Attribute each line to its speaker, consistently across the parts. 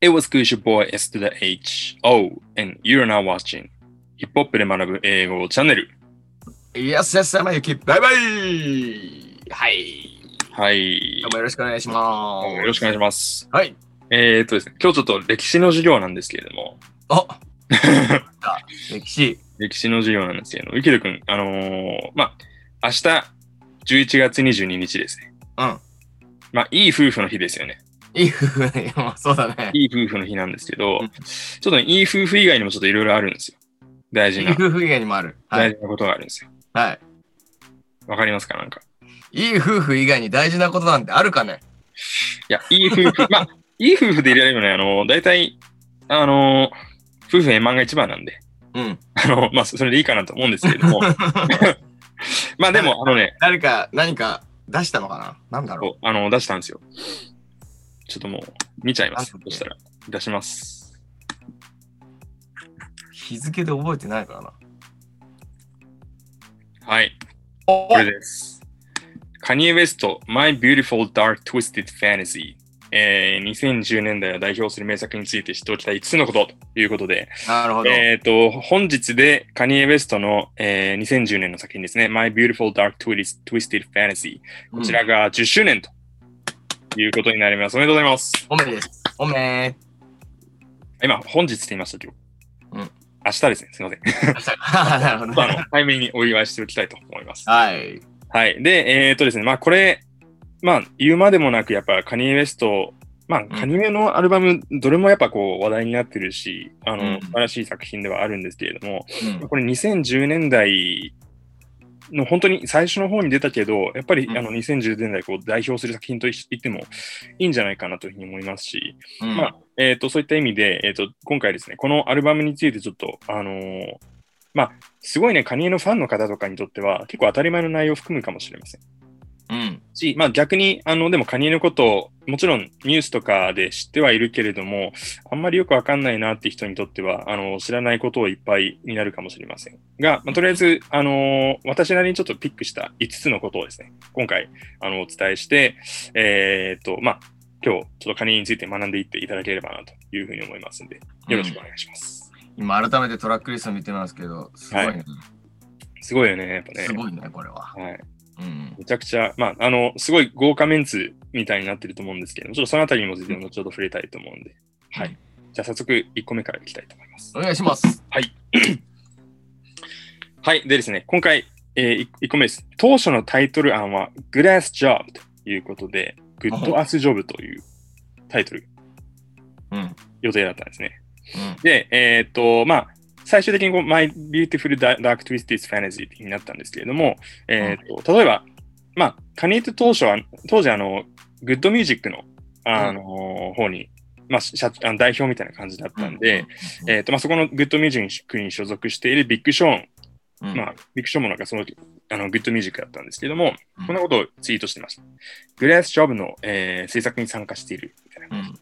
Speaker 1: It was good, your boy S to the H. Oh, and you're now watching ヒップホップで学ぶ英語チャンネル。
Speaker 2: Yes, yes, 山ゆき、バイバイはい。
Speaker 1: はい
Speaker 2: どう。もよろしくお願いしま
Speaker 1: よ
Speaker 2: す。
Speaker 1: ろしくお願いします。
Speaker 2: はい。
Speaker 1: えー、っとですね、今日ちょっと歴史の授業なんですけれども、
Speaker 2: あ歴史。
Speaker 1: 歴史の授業なんですけれども、ゆきとくん、あのーまあ、明日11月22日ですね。
Speaker 2: うん。
Speaker 1: まあ、いい夫婦の日ですよね。
Speaker 2: いい夫婦いやまあそうだね。
Speaker 1: いい夫婦の日なんですけど、
Speaker 2: うん
Speaker 1: ちょっとね、いい夫婦以外にもちょっといろいろあるんですよ。大
Speaker 2: い
Speaker 1: 事
Speaker 2: い
Speaker 1: な、
Speaker 2: 夫婦以外にもある。は
Speaker 1: 大
Speaker 2: い。
Speaker 1: 事なことがあるんですよ。
Speaker 2: は
Speaker 1: わかりますかなんか。
Speaker 2: い。いい夫婦以外に大事なことなんてあるかね
Speaker 1: いや、いい夫婦、まあ、いい夫婦でいられるよね、あの、大体、あの、夫婦円満が一番なんで、
Speaker 2: うん。
Speaker 1: あの、まあ、そ れでいいかなと思うんですけれど も、まあ、でも、あのね、
Speaker 2: 誰か何か出したのかななんだろ
Speaker 1: あの、出したんですよ。ちょっともう、見ちゃいます。
Speaker 2: あ
Speaker 1: そしたら、出します。
Speaker 2: う日付で覚えてないからな。
Speaker 1: はい、
Speaker 2: お
Speaker 1: これです。カニエ・ウェスト、My Beautiful Dark Twisted Fantasy。えー、2010年代を代表する名作について知っておきたい5つのことということで、
Speaker 2: なるほど。
Speaker 1: えっ、と、本日でカニエ・ウェストの、えー2010年の作品ですね、My Beautiful Dark Twist- Twisted Fantasy。こちらが10周年ということになります。おめでとうございます。
Speaker 2: うん。おめです。おめ
Speaker 1: 今、本日って言いましたけど、
Speaker 2: うん
Speaker 1: 明日ですね、すみませ ん。
Speaker 2: ー。なるほど
Speaker 1: あ
Speaker 2: ね。
Speaker 1: の早めにお祝いしておきたいと思います。
Speaker 2: はい。
Speaker 1: はい。で、えっ、とですね、まあこれ、まあ言うまでもなく、やっぱカニエ・ウェスト、まあカニエのアルバム、どれもやっぱこう話題になってるし、あの、
Speaker 2: うん
Speaker 1: 素晴らしい作品ではあるんですけれども、
Speaker 2: うん
Speaker 1: これ2010年代の本当に最初の方に出たけど、やっぱり
Speaker 2: うん
Speaker 1: あの2010年代を代表する作品と言ってもいいんじゃないかなというふうに思いますし、
Speaker 2: うん
Speaker 1: まあえー、とそういった意味で、えー、と今回ですね、このアルバムについてちょっと、あのーまあ、すごいね、カニエのファンの方とかにとっては結構当たり前の内容を含むかもしれません。
Speaker 2: うん。
Speaker 1: し、まあ、逆にあのでもカニエのことをもちろんニュースとかで知ってはいるけれどもあんまりよくわかんないなって人にとってはあの知らないことをいっぱいになるかもしれませんが、まあ、とりあえず、あの私なりにちょっとピックした5つのことをですね今回あのお伝えしてえーっとまあ今日ちょっとカニエについて学んでいっていただければなというふうに思いますのでよろしくお願いします、
Speaker 2: 今改めてトラックリスト見てますけど、すごいね。
Speaker 1: すごいよねやっぱね
Speaker 2: すごいね、これは。
Speaker 1: はい
Speaker 2: うん。
Speaker 1: めちゃくちゃ、まあ、あの、すごい豪華メンツみたいになってると思うんですけど、ちょっとそのあたりにもついてもちょっと触れたいと思うんで、は
Speaker 2: うん
Speaker 1: い。じゃあ早速1個目からいきたいと思います。
Speaker 2: お願いします。
Speaker 1: はい。でですね、今回、え1個目です。当初のタイトル案は Glass Job ということで、Good
Speaker 2: はい
Speaker 1: Ass Job というタイトル
Speaker 2: うん。
Speaker 1: 予定だったんですね。で、えーっと、まあ、最終的にこう My Beautiful Dark Twisted Fantasy になったんですけれども、えーっと、例えば、まあ、カニエって当初は、当時あの、グッドミュージックの、あの、方に、まあ、社あの代表みたいな感じだっ
Speaker 2: う
Speaker 1: た
Speaker 2: ん
Speaker 1: んで、、えーっと、まあ、そこのグッドミュージックに所属しているビッグショーン、
Speaker 2: うん
Speaker 1: まあ、ビッグショーンもなんかその、あの、グッドミュージックだったんですけれども
Speaker 2: うん、
Speaker 1: こんなことをツイートしてました。グレース・ジョブの、えー制作に参加している、みたいな
Speaker 2: うん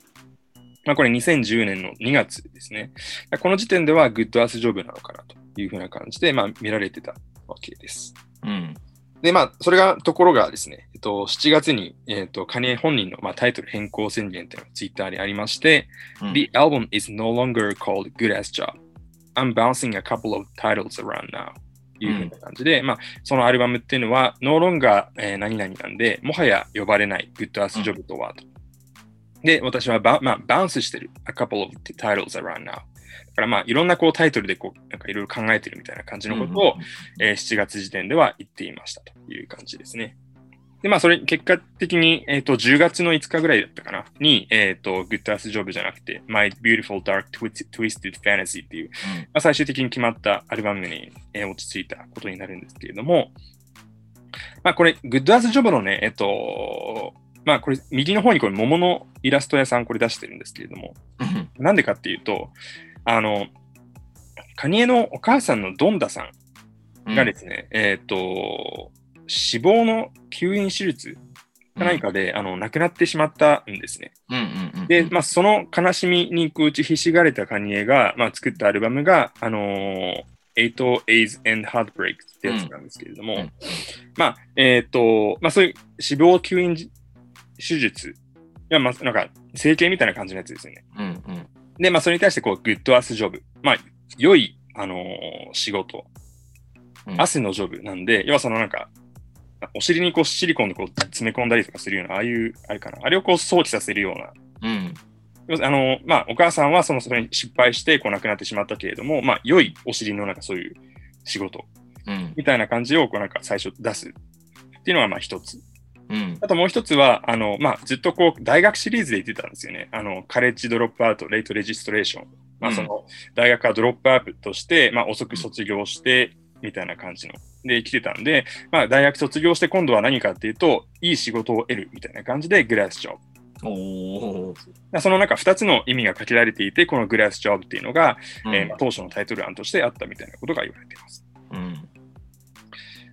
Speaker 1: まあ、これ2010年の2月ですね。この時点ではグッドアースジョブなのかなというふうな感じで、まあ、見られてたわけです。
Speaker 2: うん。
Speaker 1: で、まあ、それが、ところがですね、えっと、7月に、えっと、カニエ本人の、まあ、タイトル変更宣言っていうのがツイッターにありまして、
Speaker 2: うん
Speaker 1: The album is no longer called Good Ass Job. I'm bouncing a couple of titles around now. いうふうな感じで、まあ、そのアルバムっていうのは、No longer、えー何々なんで、もはや呼ばれない、Good Ass Job とは、と。で、私はバ,、まあ、バウンスしてる、a couple of titles around now。だから、まあ、いろんなこうタイトルでこう、なんかいろいろ考えてるみたいな感じのことを、えー7月時点では言っていましたという感じですね。で、まあ、それ、結果的に、えっ、と、10月の5日ぐらいだったかな、に、えっ、と、Good Ass Job じゃなくて、My Beautiful Dark Twisted Twisted Fantasy っていう、
Speaker 2: うん
Speaker 1: まあ、最終的に決まったアルバムに、えー落ち着いたことになるんですけれども、まあ、これ、Good Ass Job のね、えっ、と、まあ、これ、右の方にこれ、桃のイラスト屋さん、これ出してるんですけれども、
Speaker 2: うん
Speaker 1: なんでかっていうと、あの、カニエのお母さんのドンダさん、
Speaker 2: うん
Speaker 1: がですね、えっ、と、死亡の吸引手術か何かで、あの亡くなってしまったんですね。
Speaker 2: うんうんうん
Speaker 1: で、まあ、その悲しみに打ちひしがれたカニエが、まあ、作ったアルバムが、あのー、8 A's and Heartbreak ってやつなんですけれども、
Speaker 2: うんうん
Speaker 1: まあ、えっ、と、まあ、そういう死亡吸引手術や、まあ、なんか、整形みたいな感じのやつですよね。
Speaker 2: うんうん。
Speaker 1: で、まあ、それに対して、こう、グッドアスジョブ。まあ、良い、あのー仕事
Speaker 2: う。ん
Speaker 1: 汗のジョブなんで、要はそのなんか、お尻にこうシリコンでこう詰め込んだりとかするような、ああいう、あれかな、あれをこう想起させるような
Speaker 2: うん。
Speaker 1: 要するにあの、まあ、お母さんはそのそれに失敗してこう亡くなってしまったけれども、まあ、良いお尻のなんかそういう仕事
Speaker 2: うん。
Speaker 1: みたいな感じをこうなんか最初出すっていうのがまあ一つ。
Speaker 2: うん。
Speaker 1: あともう一つは、あの、まあ、ずっとこう大学シリーズで言ってたんですよね。あの、カレッジドロップアウト、レイトレジストレーション。まあ、
Speaker 2: うん
Speaker 1: その大学はドロップアウトして、まあ、遅く卒業してみたいな感じの。で、来てたんで、まあ、大学卒業して今度は何かっていうと、いい仕事を得るみたいな感じでグラスジョブ。
Speaker 2: おお。
Speaker 1: まあその中2つの意味がかけられていて、このグラスジョブっていうのが、
Speaker 2: うん
Speaker 1: えーまあ当初のタイトル案としてあったみたいなことが言われています。
Speaker 2: うん。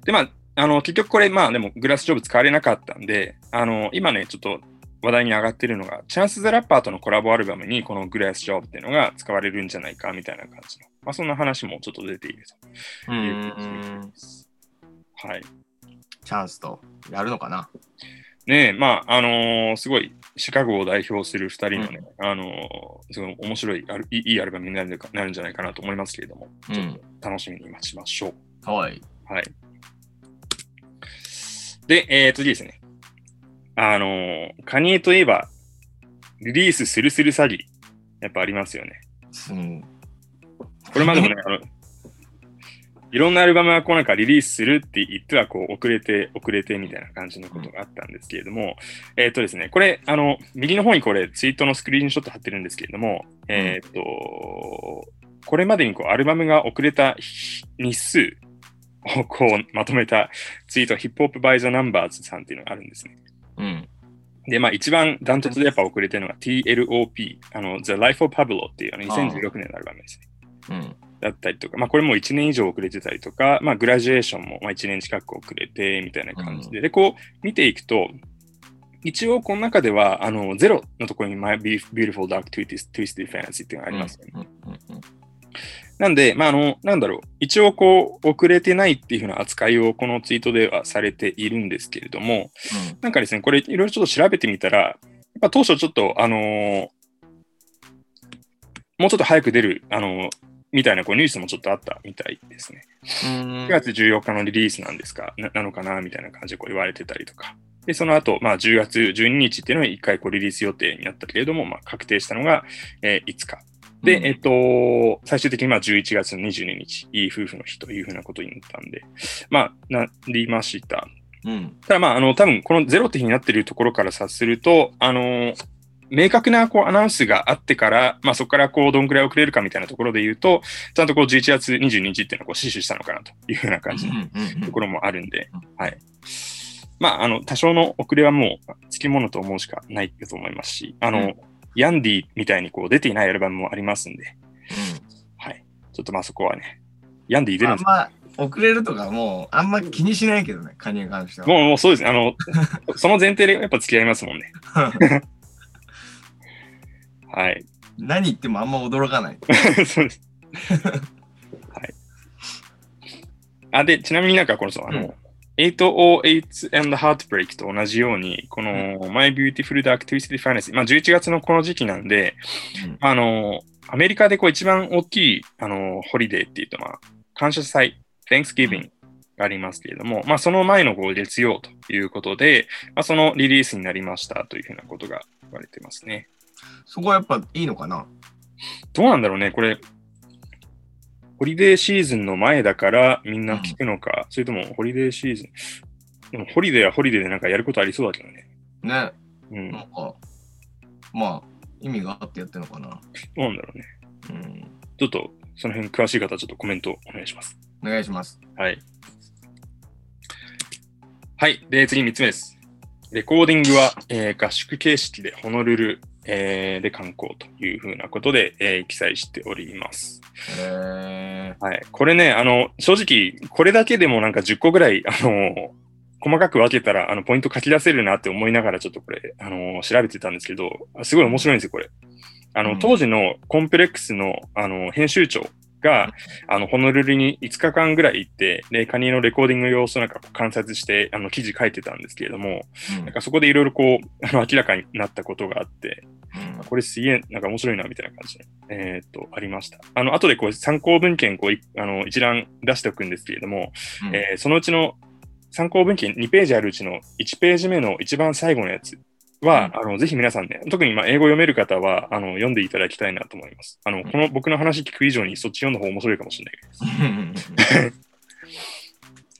Speaker 1: で、まあ、あの結局これ、まあでもグラスジョブ使われなかったんで、あの今ね、ちょっと話題に上がってるのが、チャンス・ザ・ラッパーとのコラボアルバムにこのグラスジョブっていうのが使われるんじゃないかみたいな感じの、まあ、そんな話もちょっと出ている
Speaker 2: う
Speaker 1: と
Speaker 2: ん
Speaker 1: いう
Speaker 2: う
Speaker 1: 感じ
Speaker 2: ん。
Speaker 1: です。はい。
Speaker 2: チャンスとやるのかな。
Speaker 1: ねえ、まあ、あのーすごい、シカゴを代表する2人のね、あのーすごい面白いアル、いいいいアルバムになるのかなるんじゃないかなと思いますけれども、
Speaker 2: うん
Speaker 1: ちょっと楽しみに待ちましょう。
Speaker 2: はい。
Speaker 1: はい。で、えー、次ですね。あのーカニエといえば、リリースするする詐欺、やっぱありますよね。
Speaker 2: うん。
Speaker 1: これまでもね、あのいろんなアルバムがこうなんかリリースするって言ってはこう遅れて遅れてみたいな感じのことがあったんですけれども、えーっとですね、これ、あの、右の方にこれツイートのスクリーンショット貼ってるんですけれども、えーっと、これまでにこうアルバムが遅れた日日数をこうまとめたツイート、ヒップホップバイザナンバーズさんっていうのがあるんですね。
Speaker 2: うん。
Speaker 1: で、まあ一番ダントツでやっぱ遅れてるのが TLOP、あの、The Life of Pablo っていうあの2016年のアルバムですね。
Speaker 2: うん。
Speaker 1: だったりとか、まあ、これもう1年以上遅れてたりとか、まあ、グラジュエーションもまあ1年近く遅れてみたいな感じで、でこう見ていくと、一応この中では、あの、ゼロのところに My Beautiful Dark Twisted Twisted Fantasy っていうのがありますよね。
Speaker 2: うん。うんうん。
Speaker 1: なんで、まあ、あの、なんだろう、一応こう、遅れてないっていうふうな扱いをこのツイートではされているんですけれども、なんかですね、これいろいろちょっと調べてみたら、やっぱ当初ちょっと、あのーもうちょっと早く出る、あのーみたいなこうニュースもちょっとあったみたいですね。
Speaker 2: うん
Speaker 1: 9月14日のリリースなんですかななのかなみたいな感じでこう言われてたりとか。で、その後、まあ、10月12日っていうのに1回こうリリース予定になったけれども、まあ、確定したのが、えー5日。で、えっと、最終的にまあ11月の22日、いい夫婦の日というふうなことになったんで、まあ、なりました。
Speaker 2: うん。
Speaker 1: ただまあ、あの、多分このゼロって日になっているところから察すると、あの、明確なこうアナウンスがあってから、まあ、そこからこうどんくらい遅れるかみたいなところで言うと、ちゃんとこう11月22日っていうのをこう死守したのかなというふうな感じのところもあるんで
Speaker 2: うん、
Speaker 1: はい。まあ、あの、多少の遅れはもうつきものと思うしかないと思いますし、あの、
Speaker 2: うん
Speaker 1: ヤンディみたいにこう出ていないアルバムもありますんで、
Speaker 2: うん
Speaker 1: はい。ちょっとまあそこはね、ヤンディ出るんで
Speaker 2: あん
Speaker 1: すか
Speaker 2: ま遅れるとかもうあんま気にしないけどね、カニに関しては。
Speaker 1: もう、もうそうですね。あの、その前提でやっぱ付き合いますも んね。 はい。
Speaker 2: 何言ってもあんま驚かない。
Speaker 1: そうです。はい。あ、で、ちなみになんかこのそうあ
Speaker 2: うん
Speaker 1: の、808 and Heartbreak と同じように、この My Beautiful Dark Twisted Fantasy、まあ11月のこの時期なんで、
Speaker 2: うん
Speaker 1: あの、アメリカでこう一番大きい、あの、ホリデーっていうと、まあ、感謝祭、Thanksgiving がありますけれども、まあその前のこう月曜ということで、まあそのリリースになりましたというふうなことが言われてますね。
Speaker 2: そこはやっぱいいのかな
Speaker 1: どうなんだろうね、これ、ホリデーシーズンの前だからみんな聞くのか、それともホリデーシーズン、でもホリデーはホリデーでなんかやることありそうだけどね。
Speaker 2: ね。
Speaker 1: うん、
Speaker 2: な
Speaker 1: ど
Speaker 2: んか、まあ、意味があってやってるのかな。
Speaker 1: うなんだろうね。
Speaker 2: うん。
Speaker 1: ちょっと、その辺詳しい方はちょっとコメントお願いします。
Speaker 2: お願いします。
Speaker 1: はい。はい。で、次3つ目です。レコーディングは、えー合宿形式でホノルル、えーで観光というふうなことで、えー記載しております。
Speaker 2: え
Speaker 1: はい、これね、あの、正直、これだけでもなんか10個ぐらい、あの、細かく分けたら、あの、ポイント書き出せるなって思いながら、ちょっとこれ、あの、調べてたんですけど、あすごい面白いんですよ、これ。あ
Speaker 2: う
Speaker 1: の、
Speaker 2: ん
Speaker 1: 当時のコンプレックスの、あの、編集長が、あの、ホノルルに5日間ぐらい行って、で、カニのレコーディングの様子をなんかこう観察して、あの、記事書いてたんですけれども、なんかそこでいろいろこう、あの、明らかになったことがあって、これすげえ、なんか面白いな、みたいな感じで、えーっと、ありました。あの、後でこう、参考文献、こうい、あの、一覧出しておくんですけれども、
Speaker 2: うん
Speaker 1: えーそのうちの参考文献2ページあるうちの1ページ目の一番最後のやつは、あのぜひ皆さんね、特にまあ英語読める方はあの読んでいただきたいなと思います。あのこの僕の話聞く以上にそっち読んだ方が面白いかもしれないです。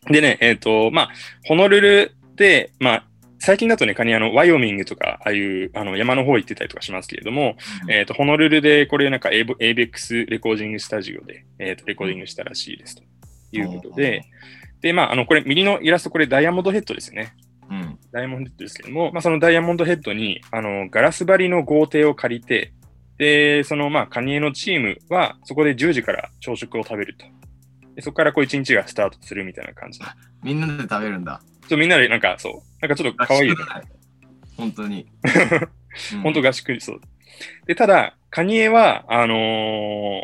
Speaker 1: でね、えっ、と、まあ、ホノルルで、まあ、最近だとね、カニあの、ワイオミングとか、ああいうあの山の方行ってたりとかしますけれども、
Speaker 2: う ん
Speaker 1: えっ、と、ホノルルで、これなんかエイボ ABEX レコーディングスタジオで、えっ、と、レコーディングしたらしいですということで、で、まあ、あの、これ、右のイラスト、これ、ダイヤモンドヘッドですよね。
Speaker 2: うん
Speaker 1: ダイヤモンドヘッドですけども、まあ、そのダイヤモンドヘッドにあのガラス張りの豪邸を借りて、で、そのまあカニエのチームはそこで10時から朝食を食べると。でそこからこう一日がスタートするみたいな感じ。ちょ
Speaker 2: みんなで食べるんだ。
Speaker 1: っとみんなでなんかそう、なんかちょっと可愛い。
Speaker 2: 合宿だね本当に。
Speaker 1: 本当合宿そう。で、ただ、カニエは、あのー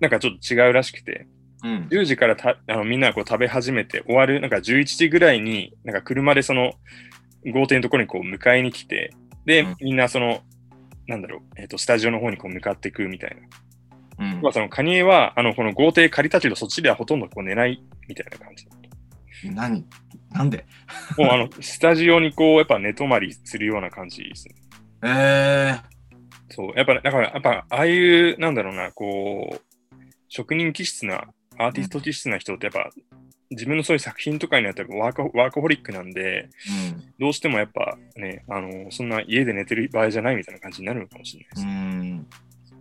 Speaker 1: なんかちょっと違うらしくて、
Speaker 2: うん。
Speaker 1: 10時からたあのみんながこう食べ始めて終わる、なんか11時ぐらいに、なんか車でその豪邸のところにこう迎えに来て、で、
Speaker 2: うん
Speaker 1: みんなその、なんだろう、えっ、と、スタジオの方にこう向かっていくみたいな。
Speaker 2: うん
Speaker 1: まあ、そのカニエは、あの、この豪邸借りたけど、そっちではほとんどこう寝ないみたいな感じ。
Speaker 2: 何なんで
Speaker 1: もうあの、スタジオにこう、やっぱ寝泊まりするような感じですね。
Speaker 2: え
Speaker 1: そう、やっぱ、だから、やっぱ、ああいう、なんだろうな、こう、職人気質な、アーティスト気質な人って、やっぱ、自分のそういう作品とかになったらワーカワーカホリックなんで、
Speaker 2: ー
Speaker 1: どうしてもやっぱね、あのそんな家で寝てる場合じゃないみたいな感じになるのかもしれ
Speaker 2: う
Speaker 1: ない
Speaker 2: ん。
Speaker 1: です。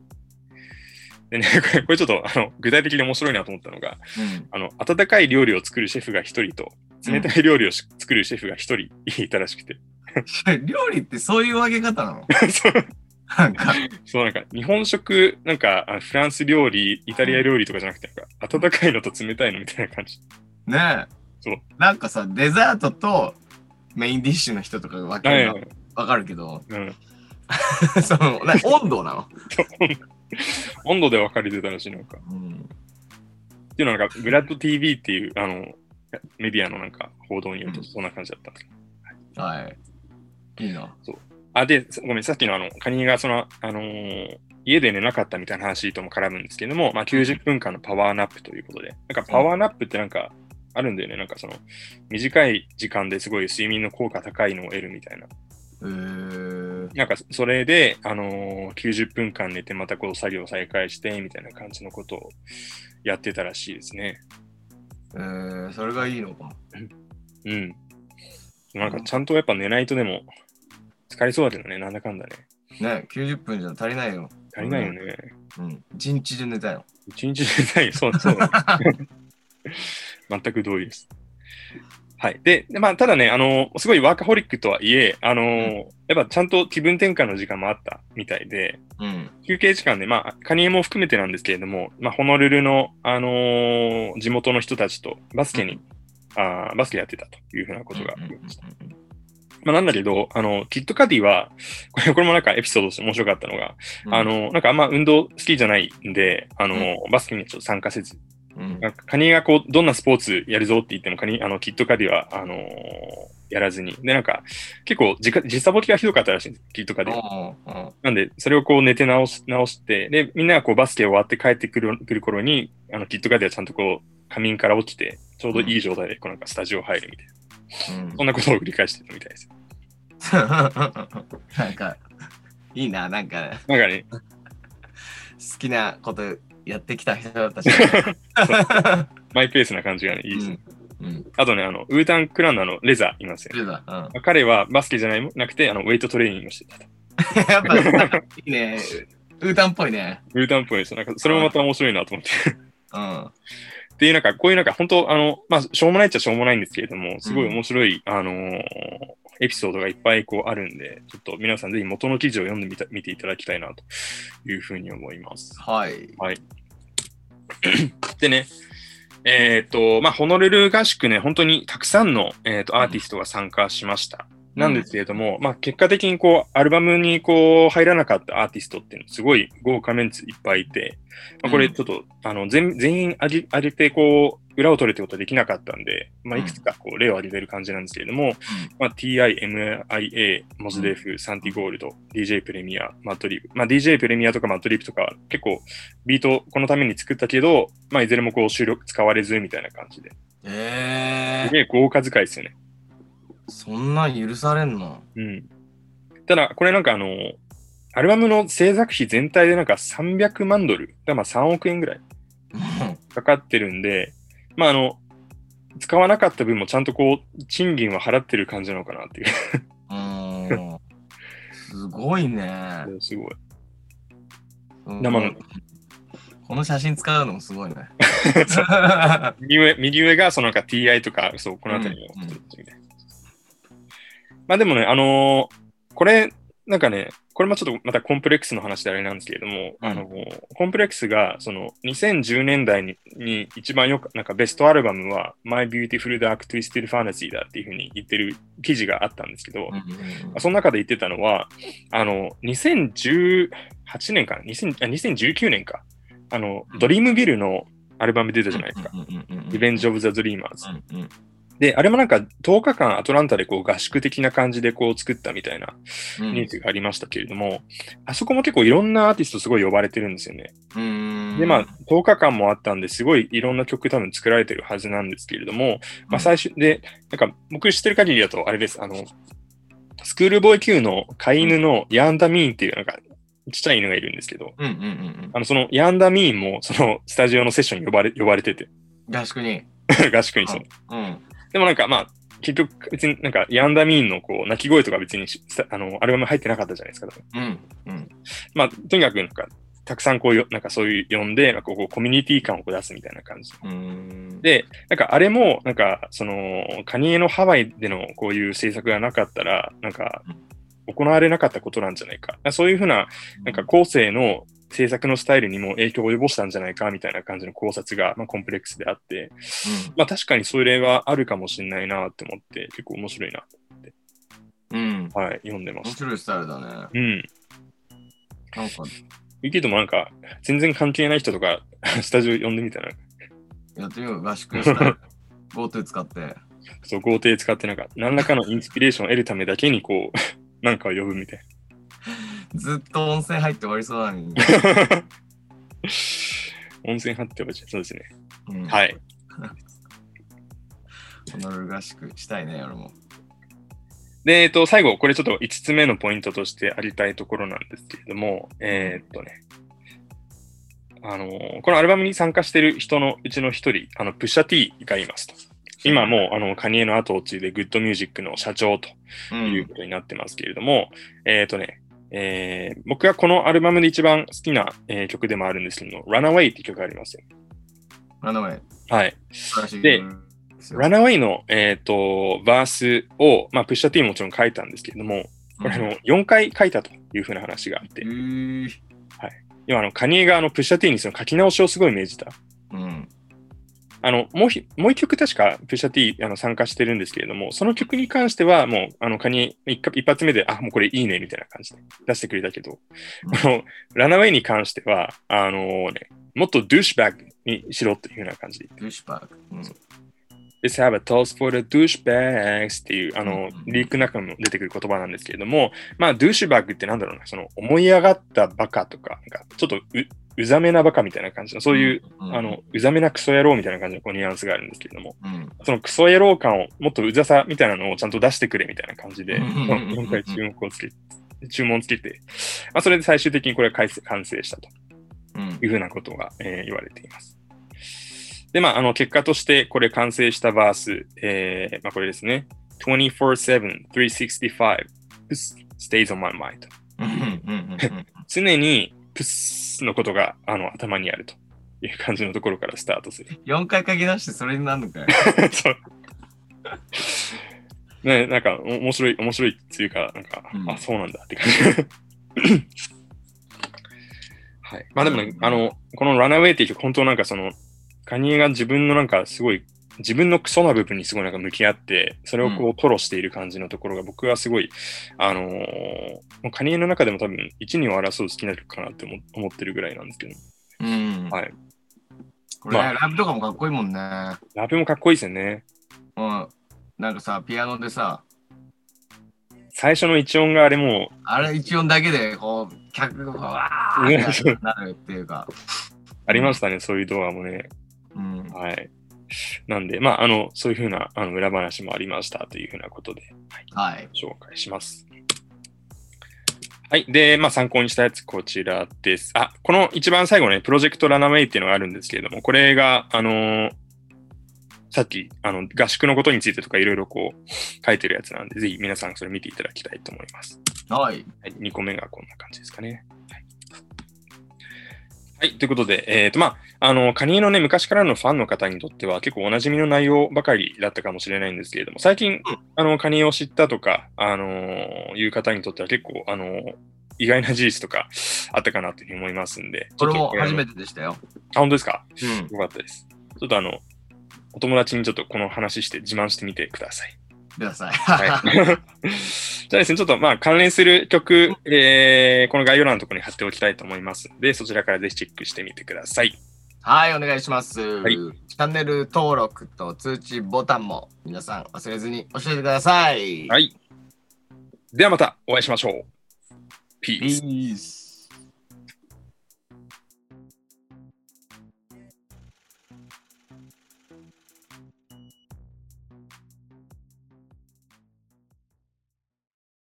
Speaker 1: でね、これこれちょっとあの具体的で面白いなと思ったのが、
Speaker 2: うん。
Speaker 1: あの温かい料理を作るシェフが一人と、冷たい料理をし作るシェフが一人いたらしくて、
Speaker 2: うん。 料理ってそういう分け方なの
Speaker 1: そう
Speaker 2: なんか。
Speaker 1: そうなんか日本食、なんかあフランス料理、イタリア料理とかじゃなくて、なんか温かいのと冷たいのみたいな感じ。
Speaker 2: ねえ。
Speaker 1: そう
Speaker 2: なんかさ、デザートとメインディッシュの人とかが分け
Speaker 1: は
Speaker 2: る
Speaker 1: い
Speaker 2: の
Speaker 1: はいはい
Speaker 2: わかるけど、
Speaker 1: うん、
Speaker 2: その、な温度なの。
Speaker 1: 温度で分かれてたらしいのか。
Speaker 2: うん。
Speaker 1: っていうのはなんか、ブラッド TV っていうあのメディアのなんか報道によるとそんな感じだったんですけど
Speaker 2: はい。いいな。
Speaker 1: あ、で、さごめん、さっきのあの、カニがその、あのー家で寝なかったみたいな話とも絡むんですけども、まあ、90分間のパワーナップということで、なんかパワーナップってなんかあるんだよね、なんかその、短い時間ですごい睡眠の効果高いのを得るみたいな。
Speaker 2: えー、
Speaker 1: なんかそれで、あのー90分間寝てまたこう作業を再開してみたいな感じのことをやってたらしいですね。
Speaker 2: えー、それがいいのか。
Speaker 1: うん。なんかちゃんとやっぱ寝ないとでも、疲れそうだけどね、なんだかんだね。
Speaker 2: ね90分じゃ足りないよ。
Speaker 1: 足りないよね。
Speaker 2: うん。一日で寝たよ。
Speaker 1: 一日でない、そうそう。 全く同意です。はい。で、でまあ、ただね、あの、すごいワーカホリックとはいえ、あの、やっぱちゃんと気分転換の時間もあったみたいで、
Speaker 2: うん。
Speaker 1: 休憩時間で、まあ、カニエも含めてなんですけれども、まあ、ホノルルの、あのー地元の人たちとバスケに、あーバスケやってたというふうなことがありました。まあ、なんだけど、あの、キットカディは、これ、こ れもなんかエピソードとして面白かったのが、あ、の、なんかあんま運動好きじゃないんで、あの、バスケにはちょっと参加せず、
Speaker 2: うん
Speaker 1: なんかカニがこう、どんなスポーツやるぞって言っても、カニ、あの、キットカディは、あのーやらずに。で、なんか、結構時間、時差ボケがひどかったらしいんです、キットカディは。
Speaker 2: う
Speaker 1: なんで、それをこう寝て直し、直して、で、みんながこう、バスケ終わって帰ってくる、くる頃に、あの、キットカディはちゃんとこう、仮眠から起きて、ちょうどいい状態で、こう、なんかスタジオ入るみたいな。
Speaker 2: んうん
Speaker 1: そんなことを繰り返してたみたいです。
Speaker 2: なんか、いいな、なんか、
Speaker 1: なんかね、
Speaker 2: 好きなことやってきた人だったし。
Speaker 1: マイペースな感じがね、いいですね。
Speaker 2: うん。うん。
Speaker 1: あとね、あの、ウータンクランナーのレザーいますよね。
Speaker 2: そうだ。うん。
Speaker 1: 彼はバスケじゃないなくて、あの、ウェイトトレーニングをしてたと。
Speaker 2: やっぱ、なんかいいね。ウータンっぽいね。
Speaker 1: ウータンっぽいです。なんか、それもまた面白いなと思って。
Speaker 2: うん。
Speaker 1: っていう、なんか、こういうなんか、本当あの、まあ、しょうもないっちゃしょうもないんですけれども、すごい面白い、あのーエピソードがいっぱいこうあるんで、ちょっと皆さんぜひ元の記事を読んでみた、見ていただきたいなというふうに思います。
Speaker 2: はい。
Speaker 1: でね、えっ、と、まあ、ホノルル合宿ね、本当にたくさんの、えー、とアーティストが参加しました。なんですけれども、まあ結果的にこう、アルバムにこう、入らなかったアーティストっていうのすごい豪華メンツいっぱいいて、まあ、これちょっと、あの全、全員あげ、あげてこう、裏を取るってことはできなかったんで、まあいくつかこう、例を挙げてる感じなんですけれども、まあ TI、MIA、モズデフ、サンティゴールド、DJ プレミア、マットリーブ。まあ DJ プレミアとかマットリーブとか結構ビートこのために作ったけど、まあいずれもこう収録使われずみたいな感じで。
Speaker 2: え
Speaker 1: すげえ豪華使いですよね。
Speaker 2: ー、そんなん許されんの
Speaker 1: うん。ただ、これなんかあの、アルバムの制作費全体でなんか300万ドル、だからまあ3億円ぐらい
Speaker 2: うん
Speaker 1: かかってるんで、まああの、使わなかった分もちゃんとこう、賃金は払ってる感じなのかなっていう。
Speaker 2: うーん。すごいね。
Speaker 1: すごい。生
Speaker 2: 生
Speaker 1: の
Speaker 2: この写真使うのもすごいね。
Speaker 1: 右上右上がそのなんか TI とか、そう、この辺りの
Speaker 2: うんうん
Speaker 1: まあでもね、あのーこれ、なんかね、これもちょっとまたコンプレックスの話であれなんですけれども、
Speaker 2: うん
Speaker 1: あのコンプレックスがその2010年代にに一番よく、なんかベストアルバムは My Beautiful Dark Twisted Fantasy だっていうふうに言ってる記事があったんですけど、その中で言ってたのは、あの、2018年かな、2000あ2019年か、あの、
Speaker 2: うん
Speaker 1: ドリームビルのアルバム出たじゃないですか。リベンジ・
Speaker 2: オ
Speaker 1: オブ・ザ・ドリーマーズ。
Speaker 2: ブ。うん
Speaker 1: で、あれもなんか10日間アトランタでこう合宿的な感じでこう作ったみたいな
Speaker 2: うん
Speaker 1: ニュースがありましたけれども、あそこも結構いろんなアーティストすごい呼ばれてるんですよね。
Speaker 2: うん
Speaker 1: で、まあ10日間もあったんですごいいろんな曲多分作られてるはずなんですけれども、まあ最初で、なんか僕知ってる限りだとあれです、あの、スクールボーイ Q の飼い犬のヤンダミーンっていうなんかちっちゃい犬がいるんですけど、
Speaker 2: うんうんうん
Speaker 1: あのそのヤンダミーンもそのスタジオのセッションに呼ばれ呼ばれて て、
Speaker 2: うん。合宿に。
Speaker 1: 合宿にその
Speaker 2: うん。
Speaker 1: でもなんかまあ、結局別になんかヤンダミーンのこう泣き声とか別にしさあのアルバム入ってなかったじゃないですか。
Speaker 2: うん。うん。
Speaker 1: まあ、とにかくなんか、たくさんこうよ、なんかそういう呼んで、なんかこうコミュニティ感をこう出すみたいな感じ。
Speaker 2: うん。
Speaker 1: で、なんかあれも、なんかその、カニエのハワイでのこういう制作がなかったら、なんか
Speaker 2: うん
Speaker 1: 行われなかったことなんじゃないか。そういうふうな、なんか後世の制作のスタイルにも影響を及ぼしたんじゃないかみたいな感じの考察が、まあ、コンプレックスであって、まあ確かにそういう例はあるかもしれないなって思って、結構面白いな。
Speaker 2: うん。うん。
Speaker 1: はい、読んでま
Speaker 2: 面
Speaker 1: す。
Speaker 2: 白いスタイルだね。なんか
Speaker 1: うん。いいけどもなんか、全然関係ない人とか、 スタジオ呼んでみたら、
Speaker 2: やってみよう、合宿したら。GoTo 使って。
Speaker 1: そう、豪邸使ってなんか、何らかのインスピレーションを得るためだけに、こう、 なんかを呼ぶみたい
Speaker 2: ずっと温泉入って終わりそうなのに。
Speaker 1: な。温泉張ってほしい。そうですね。
Speaker 2: うん
Speaker 1: はい。
Speaker 2: ホノルル合宿したいね、俺も。
Speaker 1: で、えっと、最後、これちょっと5つ目のポイントとしてありたいところなんですけれども、えーっとね、あのーこのアルバムに参加してる人のうちの一人、あの、プッシャ T がいますと。今もう、あの、カニエの後を継いで、グッドミュージックの社長と
Speaker 2: う、
Speaker 1: というんことになってますけれども、えっ、とね、えー僕がこのアルバムで一番好きな、えー曲でもあるんですけど、Runaway って曲がありますよ。
Speaker 2: ランダムへ。
Speaker 1: はい。
Speaker 2: 素晴らしい。
Speaker 1: で
Speaker 2: すよ、
Speaker 1: Runaway の、えっとバースを、まあ、プッシャ T ももちろん書いたんですけれども、これあ
Speaker 2: うん
Speaker 1: の4回書いたというふうな話があって
Speaker 2: え、ー
Speaker 1: 今あの、カニエがあのプッシャ T にその書き直しをすごい命じた。
Speaker 2: うん。
Speaker 1: あのもうひもう一曲確かプッシャ T あの参加してるんですけれども、その曲に関してはもうあのカニエ一か一発目で、あ、もうこれいいねみたいな感じで出してくれたけど、このラナウェイに関しては、あのね、もっとドゥッシュバッグにしろっていうような感じで
Speaker 2: ルシュパーク。うん
Speaker 1: 言って、Let's have a toast for the douchebags っていうあの
Speaker 2: うん
Speaker 1: リークの中にも出てくる言葉なんですけれども、まあドゥッシュバッグってなんだろうな、その思い上がったバカとか、なんかちょっとううざめなバカみたいな感じの、そういう、、
Speaker 2: ん
Speaker 1: あの、うざめなクソ野郎みたいな感じのこうニュアンスがあるんですけれども、
Speaker 2: うん、
Speaker 1: そのクソ野郎感をもっとうざさみたいなのをちゃんと出してくれみたいな感じで、
Speaker 2: うんうんうんうん
Speaker 1: 今回注目をつけ注文をつけて、まあ、それで最終的にこれは完成完成したと
Speaker 2: うん
Speaker 1: いうふうなことが、えー言われています。で、まあ、あの結果としてこれ完成したバース、えーまあ、これですね、24-7、365、プス stays on my mind。
Speaker 2: うんうんうん
Speaker 1: 常にプスのことがあの頭にあるという感じのところからスタートする。
Speaker 2: 4回書き出してそれになるのかよ。
Speaker 1: そう。ね、なんか、お面白い、面白いっていうか、なんか、
Speaker 2: うん
Speaker 1: あ、そうなんだって感じ。 はい。まあでもね、
Speaker 2: うん
Speaker 1: あの、このランナウェイっていう曲、本当なんかその、カニエが自分のなんかすごい自分のクソな部分にすごいなんか向き合って、それをこう吐露している感じのところが僕はすごい、あのーもうカニエの中でも多分一人を争う好きな曲かなって思思ってるぐらいなんですけど、
Speaker 2: うん。
Speaker 1: はい。
Speaker 2: これね、
Speaker 1: まあ
Speaker 2: ライブとかもかっこいいもんね。
Speaker 1: ラブもかっこいいですよね。
Speaker 2: うん。なんかさ、ピアノでさ、
Speaker 1: 最初の一音があれもう、
Speaker 2: あれ一音だけで、こう、客がわーってなるっていうか。
Speaker 1: ありましたね、そういう動画もね。
Speaker 2: うん。
Speaker 1: はい。なんで、まあ、あの、そういうふうなあの裏話もありましたというふうなことで
Speaker 2: はい。
Speaker 1: 紹介します。はい。で、まあ、参考にしたやつ、こちらです。あ、この一番最後ね、プロジェクトラナウェイっていうのがあるんですけれども、これが、あのーさっき、あの、合宿のことについてとかいろいろこう、書いてるやつなんで、ぜひ皆さんそれ見ていただきたいと思います。
Speaker 2: は
Speaker 1: は
Speaker 2: い。
Speaker 1: い、2個目がこんな感じですかね。はい、はいということで、えっ、と、まあ、あの、カニエのね、昔からのファンの方にとっては結構おなじみの内容ばかりだったかもしれないんですけれども、最近、あの、カニエを知ったとか、あのーいう方にとっては結構、あのー意外な事実とかあったかなというふうに思いますんで。
Speaker 2: これも初め
Speaker 1: て。
Speaker 2: てでしたよ。
Speaker 1: あ、本当ですか
Speaker 2: うん。
Speaker 1: よかったです。ちょっとあの、お友達にちょっとこの話して自慢してみてください。
Speaker 2: ください。
Speaker 1: はい、じゃあですね、ちょっとまあ関連する曲、えーこの概要欄のところに貼っておきたいと思いますので、そちらからぜひチェックしてみてください。
Speaker 2: はい、お願いします、
Speaker 1: い
Speaker 2: チャンネル登録と通知ボタンも皆さん忘れずに教えてください。
Speaker 1: はい。ではまたお会いしましょう。ピース。
Speaker 2: Peace.